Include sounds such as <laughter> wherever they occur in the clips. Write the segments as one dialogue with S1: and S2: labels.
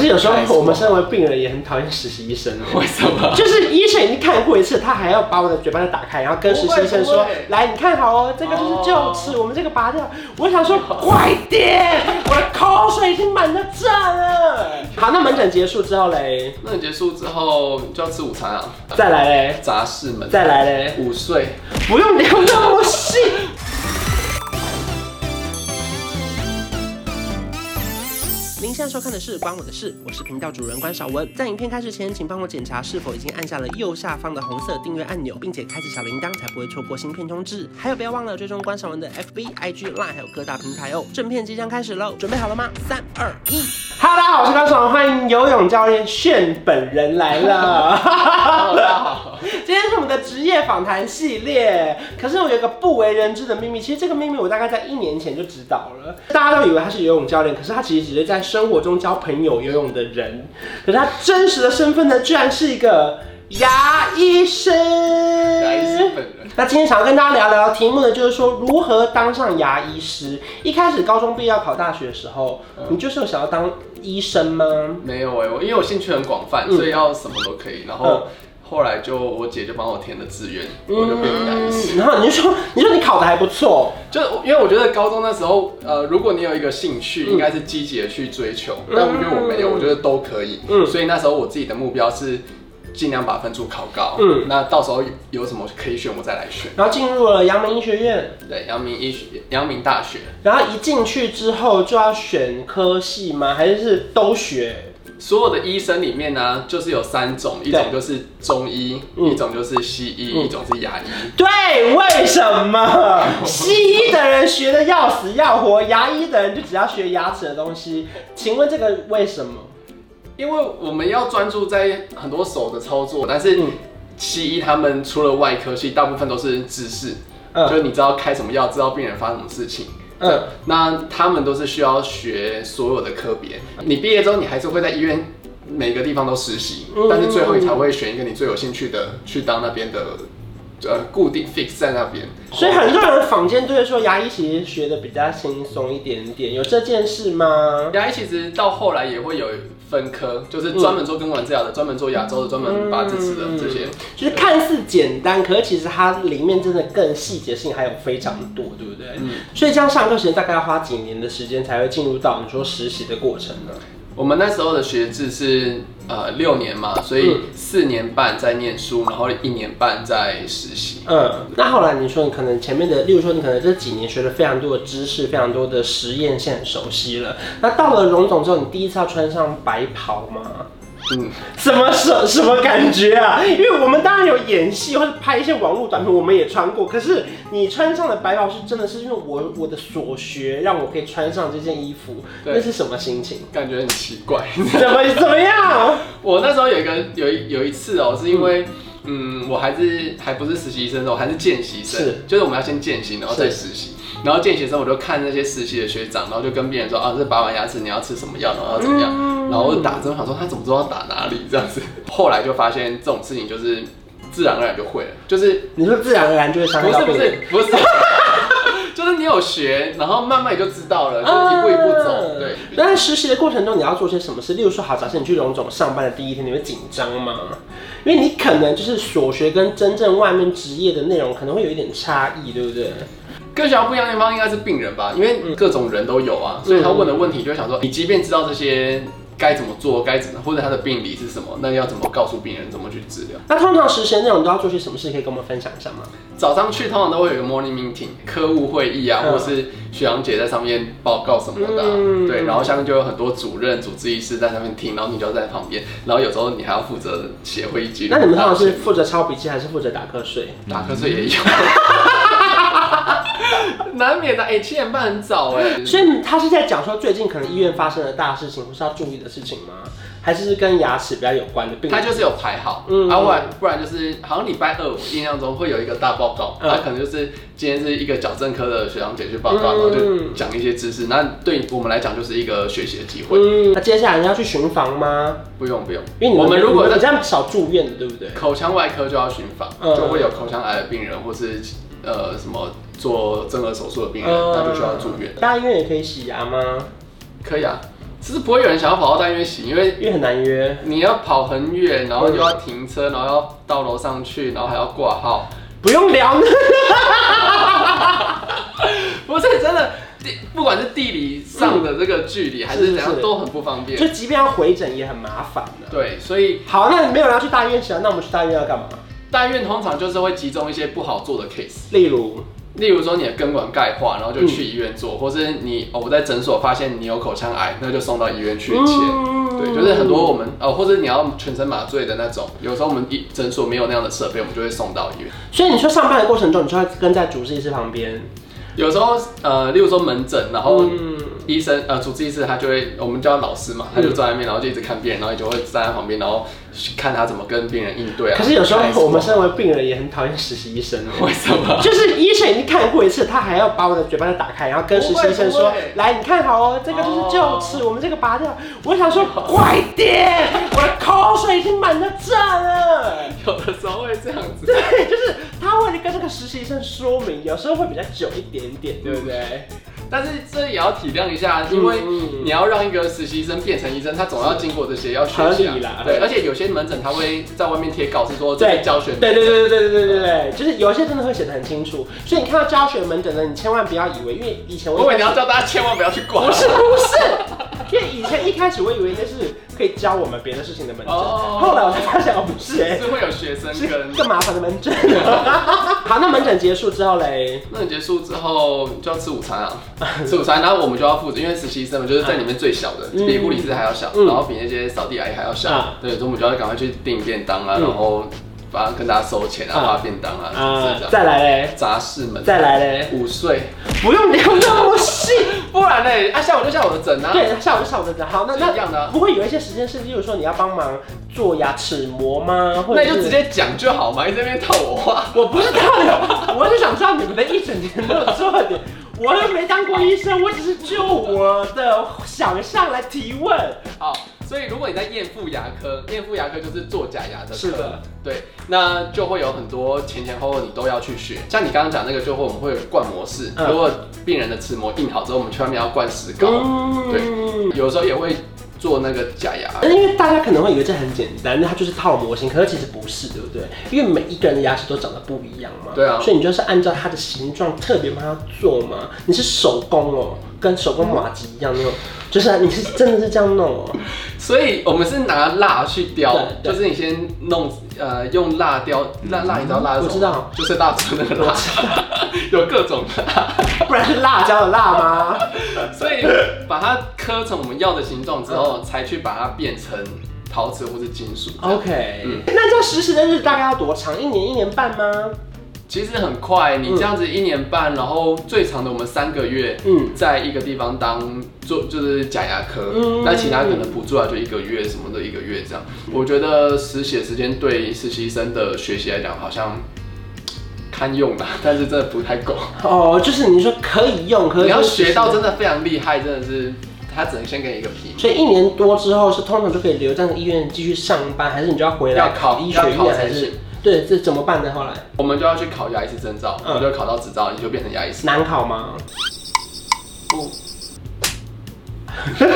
S1: 是有时候我们身为病人也很讨厌实习医生，
S2: <laughs> 为什么？
S1: 就是医生已经看过一次，他还要把我的嘴巴再打开，然后跟实习生
S2: 不
S1: 说
S2: 会不会：“
S1: 来，你看好哦，这个就是臼齿，我们这个拔掉。”我想说，快点，我的口水已经满到这了。好，那门诊结束之后嘞，
S2: 那你结束之后就要吃午餐啊？
S1: 再来嘞，
S2: 杂事们，
S1: 再来嘞，
S2: 午睡。
S1: 不用聊那么细。您现在收看的是《关我的事》，我是频道主人关少文。在影片开始前，请帮我检查是否已经按下了右下方的红色订阅按钮，并且开启小铃铛，才不会错过新片通知。还有，不要忘了追踪关少文的 FB、IG、Line，还有各大平台哦。正片即将开始喽，准备好了吗？三、二、一！Hello，大家好，我是关少文，欢迎游泳教练炫本人来 <laughs>
S2: 大家
S1: 了
S2: 好，
S1: <laughs> 今天是我们的职业访谈系列，可是我有一个不为人知的秘密，其实这个秘密我大概在一年前就知道了。大家都以为他是游泳教练，可是他其实只是在生活中教朋友游泳的人，可是他真实的身份呢，居然是一个牙医生。
S2: 牙医师本人。
S1: 那今天想要跟大家聊聊题目呢，就是说如何当上牙医师。一开始高中毕业要考大学的时候，你就是有想要当医生吗？
S2: 没有哎、我因为我兴趣很广泛，
S1: 嗯
S2: 所以要什么都可以。然后后来就我姐就帮我填了志愿，
S1: 嗯
S2: 我就变成牙医师。
S1: 然后你就说，你说你考的还不错，
S2: 就是我因为我觉得高中那时候，呃，如果你有一个兴趣，
S1: 嗯
S2: 应该是积极的去追求。但我觉得我没有，我觉得都可以。
S1: 嗯
S2: 所以那时候我自己的目标是尽量把分数考高。
S1: 嗯
S2: 那到时候有什么可以选，我再来选。
S1: 然后进入了阳明医学院，
S2: 对，阳明医学，阳明大学，
S1: 然后一进去之后就要选科系吗？还是都学？
S2: 所有的医生里面呢、就是有三种，一种
S1: 对
S2: 就是中医，
S1: 嗯
S2: 一种就是西医，一种是牙医。
S1: 对，为什么西医的人学的要死要活，牙医的人就只要学牙齿的东西？请问这个为什么？
S2: 因为我们要专注在很多手的操作，但是
S1: 嗯
S2: 西医他们除了外科系，大部分都是知识，
S1: 嗯
S2: 就是你知道开什么药，知道病人发生什么事情。
S1: 嗯，
S2: 那他们都是需要学所有的科别。你毕业之后，你还是会在医院每个地方都实习，
S1: 嗯
S2: 但是最后你才会选一个你最有兴趣的去当那边的呃固定 fix 在那边。
S1: 所以很多人坊间都会说牙医其实学的比较轻松一点点，有这件事吗？
S2: 牙医其实到后来也会有分科，就是专门做根管治疗的，专门做牙周的，专门拔智齿的这些。
S1: 就是看似简单，可是其实它里面真的更细节性还有非常多，对不对？所以这样上课时间大概要花几年的时间才会进入到你说实习的过程呢？
S2: 我们那时候的学制是呃六年嘛，所以四年半在念书，然后一年半在实习。
S1: 嗯，那后来你说你可能前面的，例如说你可能这几年学了非常多的知识，非常多的实验线很熟悉了。那到了荣总之后，你第一次要穿上白袍吗？
S2: 嗯，
S1: 什么什什么感觉啊？因为我们当然有演戏或者拍一些网络短片，我们也穿过。可是你穿上的白袍是真的是因为我我的所学让我可以穿上这件衣服，
S2: 对
S1: 那是什么心情？
S2: 感觉很奇怪。
S1: 怎么怎么样？
S2: 我那时候有一个有一有一次哦、是因为嗯，我还是还不是实习生的时候，我还是见习生，
S1: 是
S2: 就是我们要先见习，然后再
S1: 是
S2: 实习。然后见习生我就看那些实习的学长，然后就跟别人说啊，这拔完牙齿你要吃什么药，然后要怎么样，
S1: 嗯
S2: 然后我就打针，我想说他怎么知道打哪里这样子。 <laughs> 后来就发现这种事情就是自然而然就会了，就是
S1: 你说自然而然就会伤害
S2: 不
S1: 到
S2: 是不
S1: 别人
S2: 是。不是， <laughs> 就是你有学，然后慢慢你就知道了，
S1: 嗯
S2: 就是一步一步走，对。
S1: 那在实习的过程中，你要做些什么事？例如说，好，假设你去荣总上班的第一天，你会紧张吗？因为你可能就是所学跟真正外面职业的内容可能会有一点差异，对不对？
S2: 跟学校不一样的地方应该是病人吧，因
S1: 嗯
S2: 为各种人都有啊，所以他问的问题就会想说，你即便知道这些该怎么做，该怎么或者他的病理是什么，那要怎么告诉病人怎么去治疗？
S1: 那通常实习的内容都要做些什么事？可以跟我们分享一下吗？
S2: 早上去通常都会有一个 morning meeting，科务会议啊，
S1: 嗯
S2: 或是学长姐在上面报告什么的啊、
S1: 嗯
S2: 对，然后下面就有很多主任、主治医师在上面听，然后你就在旁边，然后有时候你还要负责写会议记录。
S1: 那你们通常是负责抄笔记，还是负责打瞌睡？
S2: 打瞌睡也
S1: <laughs>
S2: 有，难免的。哎、七点半很早哎、
S1: 所以他是在讲说最近可能医院发生的大事情，或是要注意的事情吗？还是跟牙齿比较有关的病？
S2: 他就是有排好，
S1: 嗯
S2: 啊，不然不然就是好像礼拜二我印象中会有一个大报告，
S1: 嗯
S2: 他、可能就是今天是一个矫正科的学长姐去报告，然后就
S1: 嗯
S2: 讲一些知识，那对我们来讲就是一个学习的机会。
S1: 嗯，那接下来你要去巡房吗？
S2: 不用不用，
S1: 因为你
S2: 我们如果
S1: 你
S2: 在
S1: 这样少住院的，对不对？
S2: 口腔外科就要巡访，
S1: 嗯
S2: 就会有口腔癌的病人或是呃什么做正颌手术的病人，
S1: 嗯
S2: 那就需要住院。
S1: 大医院也可以洗牙吗？
S2: 可以啊，是不会有人想要跑到大医院洗，因为
S1: 因为很难约。
S2: 你要跑很远，然后又要停车，然后要到楼上去，然后还要挂号。
S1: 不用聊，
S2: 不是真的，地不管是地理上的这个距离，还是怎
S1: 是
S2: 样，
S1: 是
S2: 都很不方便
S1: <laughs> 就。即便要回诊也很麻烦的、
S2: 对，所以
S1: 好，那没有人要去大医院洗啊，那我们去大医院要干嘛？
S2: 大医院通常就是会集中一些不好做的 case，
S1: 例如，
S2: 例如说你的根管钙化，然后就去医院
S1: 嗯
S2: 做，或是你哦我在诊所发现你有口腔癌，那就送到医院去切。
S1: 嗯
S2: 对，就是很多我们哦，或者你要全身麻醉的那种，有时候我们医诊所没有那样的设备，我们就会送到医院。
S1: 所以你说上班的过程中，你就要跟在主治医师旁边。
S2: 有时候呃，例如说门诊，然后
S1: 嗯，
S2: 医生呃，主治医师他就会，我们叫他老师嘛，他就坐在那边，然后就一直看病人，然后你就会站在旁边，然后看他怎么跟病人应对啊。
S1: 可是有时
S2: 开始
S1: 候我们身为病人也很讨厌实习医生。
S2: <laughs>
S1: 啊
S2: 为什么？ <laughs>
S1: 就是医生已经看过一次，他还要把我的嘴巴再打开，然后跟实习医生
S2: 不会
S1: 说
S2: 不会：“哦
S1: 来，你看好哦，这个就是臼齿，我们这个拔掉。”我想说， <laughs> 快点，我的口水已经满到这了。
S2: 有的时候会这样子，
S1: 对，就是他为了跟这个实习医生说明，有时候会比较久一点点，对
S2: 对
S1: 不
S2: 不
S1: 对？
S2: 对？但是这也要体谅一下，因为
S1: 嗯嗯
S2: 你要让一个实习生变成医生，他总要经过这些，要学习
S1: 合理啦
S2: 啊。
S1: 合
S2: 对，
S1: 理
S2: 而且有些门诊他会在外面贴告示说这
S1: 对
S2: 是教学门
S1: 对
S2: 诊，
S1: 对对对对对对对，就是有些真的会写得很清楚，所以你看到教学门诊的，你千万不要以为，因为以前我
S2: 我以为你要叫大家千万不要去
S1: <laughs>
S2: 挂。
S1: 不是不是，因为以前一开始我以为那是可以教我们别的事情的门诊，
S2: 哦
S1: 后来我才发现哦不是哎、
S2: 是会有学生
S1: 是
S2: 跟。
S1: 更麻烦的门诊。 <laughs> 好，那门诊结束之后嘞，
S2: 那你结束之后就要吃午餐啊，吃午餐，然后我们就要负责，因为实习生嘛，就是在里面最小的，
S1: 嗯
S2: 比护理师还要小，
S1: 嗯
S2: 然后比那些扫地阿姨还要小，
S1: 啊
S2: 对，所以我们就要赶快去订便当啊，
S1: 嗯
S2: 然后把跟大家收钱啊，
S1: 啊
S2: 发便当啊，
S1: 啊、
S2: 是这样。
S1: 再来嘞，
S2: 杂事们，
S1: 再来嘞，
S2: 午睡，
S1: 不用聊那么细。
S2: 不然呢？啊，下午就下午的诊啊，
S1: 对，下午就下午的好，那
S2: 是一
S1: 那
S2: 样的啊。
S1: 不会有一些时间是，例如说你要帮忙做牙齿膜吗？或
S2: 那
S1: 者
S2: 你就是直接讲就好嘛，你这边套我话，
S1: 我不是大了，我就想知道 <laughs> 你们的一整年都有做点。 <laughs> 我又没当过医生，我只是就我的想象来提问。
S2: 好。所以如果你在验腹牙科，验腹牙科就是做假牙的科，
S1: 是的
S2: 对，那就会有很多前前后后你都要去学。像你刚刚讲那个，就会我们会有灌模式，
S1: 嗯
S2: 如果病人的齿模印好之后，我们去外面要灌石膏，
S1: 嗯，
S2: 有时候也会做那个假牙。
S1: 呃因为大家可能会以为这很简单，那它就是套模型，可是其实不是，对不对？因为每一个人的牙齿都长得不一样嘛。
S2: 对啊
S1: 所以你就是按照它的形状特别帮它做嘛。你是手工哦，跟手工马吉一样那种，就是啊你是真的是这样弄哦。
S2: 所以我们是拿蜡去雕，
S1: 对对
S2: 就是你先弄呃用蜡雕，蜡蜡你知道蜡是什么吗？
S1: 我知道
S2: 就是蜡烛那个蜡， <laughs> 有各种蜡。
S1: 不然是辣椒的辣吗？
S2: 所以把它刻成我们要的形状之
S1: 嗯
S2: 后，才去把它变成陶瓷或是金属。
S1: OK，、
S2: 嗯
S1: 那这样实习的日子大概要多长？一年、一年半吗？
S2: 其实很快，你这样子一年半，然后最长的我们三个月，
S1: 嗯
S2: 在一个地方当做就是假牙科，
S1: 嗯
S2: 那其他可能补助啊就一个月什么的，一个月这样。我觉得实习的时间对实习生的学习来讲好像堪用啦，但是真的不太
S1: <laughs>
S2: 够。
S1: 哦，就是你说可以用，可以
S2: 你要
S1: 用实习
S2: 学到真的非常厉害，真的是他只能先给你一个皮
S1: 所以一年多之后是通常就可以留在医院继续上班，还是你就要回来
S2: 要考
S1: 医学
S2: 要考
S1: 院？还
S2: 才
S1: 是
S2: 行
S1: 对，这怎么办呢？后来
S2: 我们就要去考牙医师证照，
S1: 嗯
S2: 我就考到执照，你就变成牙医师。
S1: 难考吗？
S2: 不，
S1: 可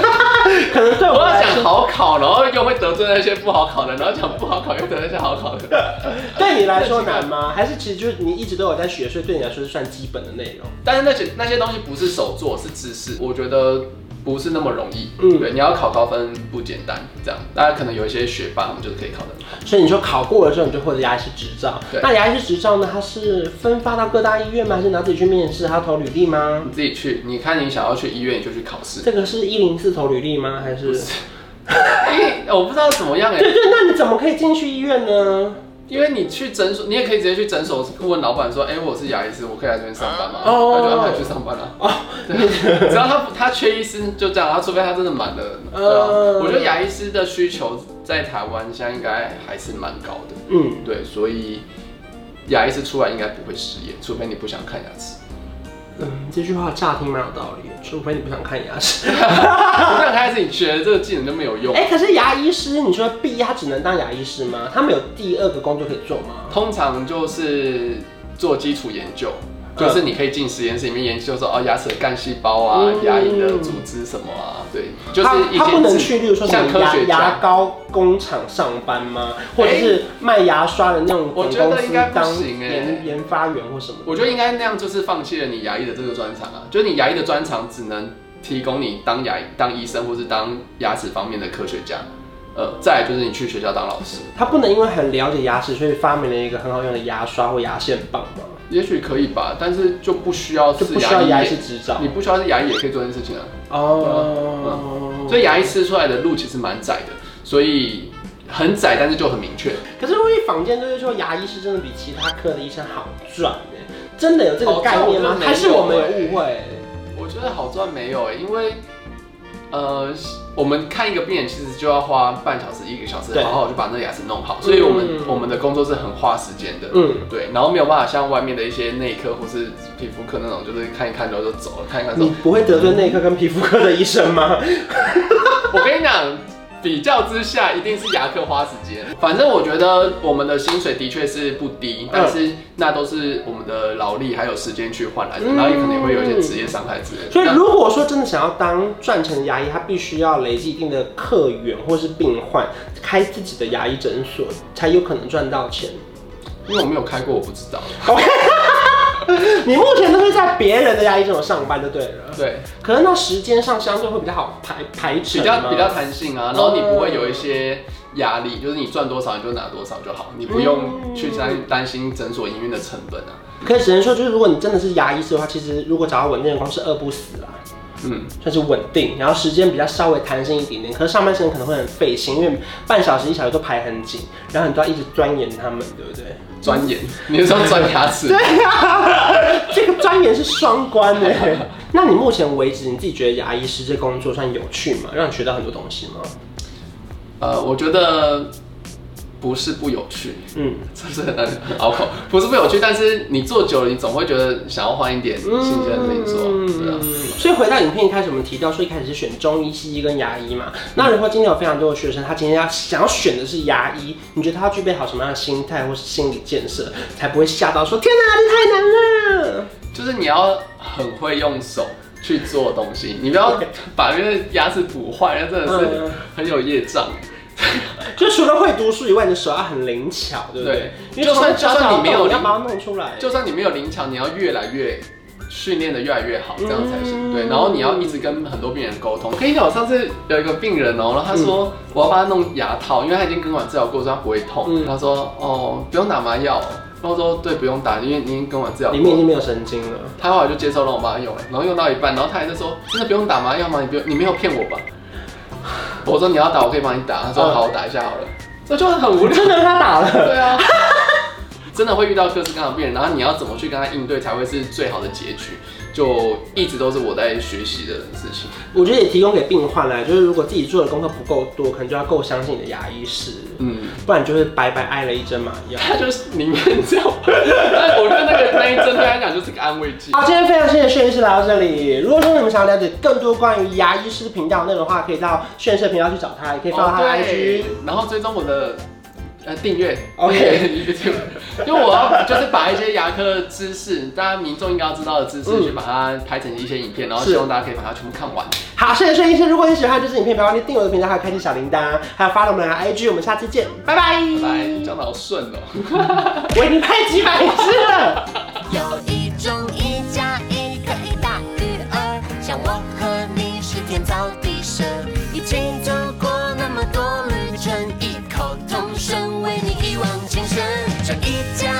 S1: 能对
S2: 我
S1: 我
S2: 要
S1: 来
S2: 讲
S1: <laughs> 说，
S2: 好考，然后又会得罪那些不好考的，然后讲不好考又得罪那些好考的。
S1: 对你来说难吗？还是其实就是你一直都有在学，所以对你来说是算基本的内容。
S2: <laughs> 但是那些那些东西不是手做，是知识，我觉得不是那么容易。
S1: 嗯
S2: 嗯，对，你要考高分不简单，这样大家可能有一些学霸，他们就是可以考的。
S1: 所以你说考过了之后，你就获得牙医师执照。
S2: 对
S1: 那牙医师执照呢？它是分发到各大医院吗？还是拿自己去面试？还要投履历吗？
S2: 你自己去，你看你想要去医院，你就去考试。 <laughs>
S1: 这个是一零四投履历吗？还是？
S2: 因为我不知道怎么样哎、
S1: 对对，那你怎么可以进去医院呢？
S2: 因为你去诊所，你也可以直接去诊所问老板说，哎、我是牙医师，我可以来这边上班吗？
S1: 哦
S2: 他就安排去上班了、
S1: 哦，
S2: <laughs> 对，只要他不他缺医师就这样，他除非他真的满了。对啊
S1: 嗯，
S2: 我觉得牙医师的需求在台湾现在应该还是蛮高的。
S1: 嗯，
S2: 对，所以牙医师出来应该不会失业，除非你不想看牙齿。 <laughs>
S1: 嗯，这句话乍听蛮有道理，除非你不想看牙齿。
S2: 不想看牙齿，你学的这个技能就没有用。
S1: 哎、可是牙医师，你说毕业他只能当牙医师吗？他们有第二个工作可以做吗？
S2: 通常就是做基础研究，
S1: 嗯
S2: 就是你可以进实验室里面研究说哦牙齿的干细胞啊、
S1: 嗯
S2: 牙龈的组织什么啊，对，就是
S1: 他
S2: 一
S1: 他
S2: 些
S1: 不能
S2: 自
S1: 去，例如说什
S2: 像
S1: 么
S2: 科
S1: 牙
S2: 学
S1: 牙
S2: 家，哎
S1: 膏工厂上班吗？或者是卖牙刷的那种
S2: 我
S1: 总
S2: 觉得
S1: 公司
S2: 应该不
S1: 当
S2: 行欸
S1: 研研发员或什么的？
S2: 我觉得应该那样就是放弃了你牙医的这个专长啊，就是你牙医的专长只能提供你当牙医当医生或是当牙齿方面的科学家，呃，再来就是你去学校当老师，
S1: 他不能因为很了解牙齿，所以发明了一个很好用的牙刷或牙线棒吗？
S2: 也许可以吧，但哦是就不需要
S1: 就是不需要牙
S2: 牙
S1: 医
S2: 医
S1: 师，执照
S2: 你不需要是牙医也可以做这件事情啊。
S1: 哦。
S2: 嗯所以牙医吃出来的路其实蛮窄的，所以很窄，但是就很明确。
S1: 可是因为坊间就是说牙医师真的比其他科的医生好赚哎，真的有这个
S2: 哦
S1: 概念吗
S2: 这我真的？没有
S1: 还是我们有误会？
S2: 我觉得好赚没有哎、因为呃，我们看一个病人其实就要花半小时一个小时，
S1: 对
S2: 好好去把那个牙齿弄好，所以我们、
S1: 嗯
S2: 我们的工作是很花时间的。
S1: 嗯，
S2: 对，然后没有办法像外面的一些内科或是皮肤科那种，就是看一看然后就走了，看一
S1: <laughs>
S2: 看走
S1: 你。不会得罪内科跟皮肤科的医生
S2: <laughs>
S1: 吗？
S2: 我跟你讲，比较之下一定是牙科花时间。反正我觉得我们的薪水的确是不低，但是那都是我们的劳力还有时间去换来的，
S1: 嗯
S2: 然后也可能也会有一些职业伤害之类的。
S1: 所以
S2: 那
S1: 如果说真的想要当赚钱的牙医，他必须要累积一定的客源或是病患，开自己的牙医诊所才有可能赚到钱。 <laughs>
S2: 因为我没有开过，我不知道。
S1: 你目前都是在别人的牙医诊所上班就对了。
S2: 对，
S1: 可是那时间上相对会比较好排排程
S2: 比较
S1: 吗嗯
S2: 比较弹性啊，然后你不会有一些压力，就是你赚多少你就拿多少就好，你不用去担担心诊所营运的成本啊。
S1: 可只能说，就是如果你真的是牙医师的话，其实如果找到稳定的工是饿不死啊啦，
S2: 嗯，
S1: 算是稳定，然后时间比较稍微弹性一点点。可是上半身可能会很费心，因为半小时一小时都排很紧，然后你都要一直钻研他们，对不对？ <laughs>
S2: 钻研，嗯 <laughs> 你是说钻牙齿？
S1: 这个钻研是双关的。那你目前为止，你自己觉得牙医师这工作算有趣吗？让你学到很多东西吗？
S2: 呃，我觉得不是不有趣，
S1: 嗯，
S2: 这是很难拗口，不是不有趣，但是你做久了，你总会觉得想要换一点新鲜的事情做，
S1: 嗯
S2: 对啊。
S1: 所以回到影片一开始，我们提到说一开始是选中医、西医跟牙医嘛。那如果今天有非常多的学生，他今天要想要选的是牙医，你觉得他要具备好什么样的心态或是心理建设，才不会吓到说天哪，这太难了？
S2: 就是你要很会用手去做东西，你不要把那个牙齿补坏，那真的是
S1: 嗯
S2: 很有业障。
S1: 就除了会读书以外，你的手要很灵巧，对不对？
S2: 对
S1: 因为从
S2: 就算就算你没有
S1: 要
S2: 灵
S1: 把它弄出来，
S2: 就算你没有灵巧，你要越来越训练的越来越好，这样才
S1: 嗯
S2: 行。对，然后你要一直跟很多病人沟通。我跟你讲，我上次有一个病人哦、然后他说我要帮他弄牙套，因为他已经根管治疗过，所以他不会痛。
S1: 嗯
S2: 他说哦，不用打麻药哦。然后我说对，不用打，因为你已经根管治疗
S1: 里面已
S2: 过。
S1: 经没有神经了。
S2: 他后来就接受让我帮他用了，然后用到一半，然后他还在说真的不用打麻药吗？你不用，你没有骗我吧？我说你要打，我可以帮你打。他说
S1: 嗯
S2: 好，我打一下好了。这就很无聊。
S1: 真的他打了，
S2: 对啊， <laughs> 真的会遇到各式各样的病人，然后你要怎么去跟他应对才会是最好的结局，就一直都是我在学习的事情。
S1: <laughs> 我觉得也提供给病患啦，就是如果自己做的功课不够多，可能就要够相信你的牙医师，
S2: 嗯，
S1: 不然就是白白挨了一针麻药。
S2: 他就是宁愿这样，但我觉得那个那一针对他来讲就是个安慰剂。
S1: 好，今天非常谢谢炫医师来到这里。如果说你们想要了解更多关于牙医师频道的内容的话，可以到炫医师频道去找他，也可以放到他的 IG
S2: 哦对。，然后追踪我的。呃，订阅
S1: OK
S2: 订阅 YouTube <laughs> 因为我要就是把一些牙科的知识，大家民众应该要知道的知识，
S1: 嗯
S2: 去把它拍成一些影片，然后
S1: 是
S2: 希望大家可以把它全部看完。
S1: 好，谢谢炫医师。如果你喜欢这支影片，不要忘记订阅我的频道，还有开启小铃铛，还有 follow 我们的 IG。我们下次见，拜拜。
S2: 拜拜，讲的好顺哦、
S1: 我已经拍几百次了。
S3: 有一种一加一可以大于二，像我和你是天造地设，一起走过那么多旅程，异口同声为你一往情深。这一加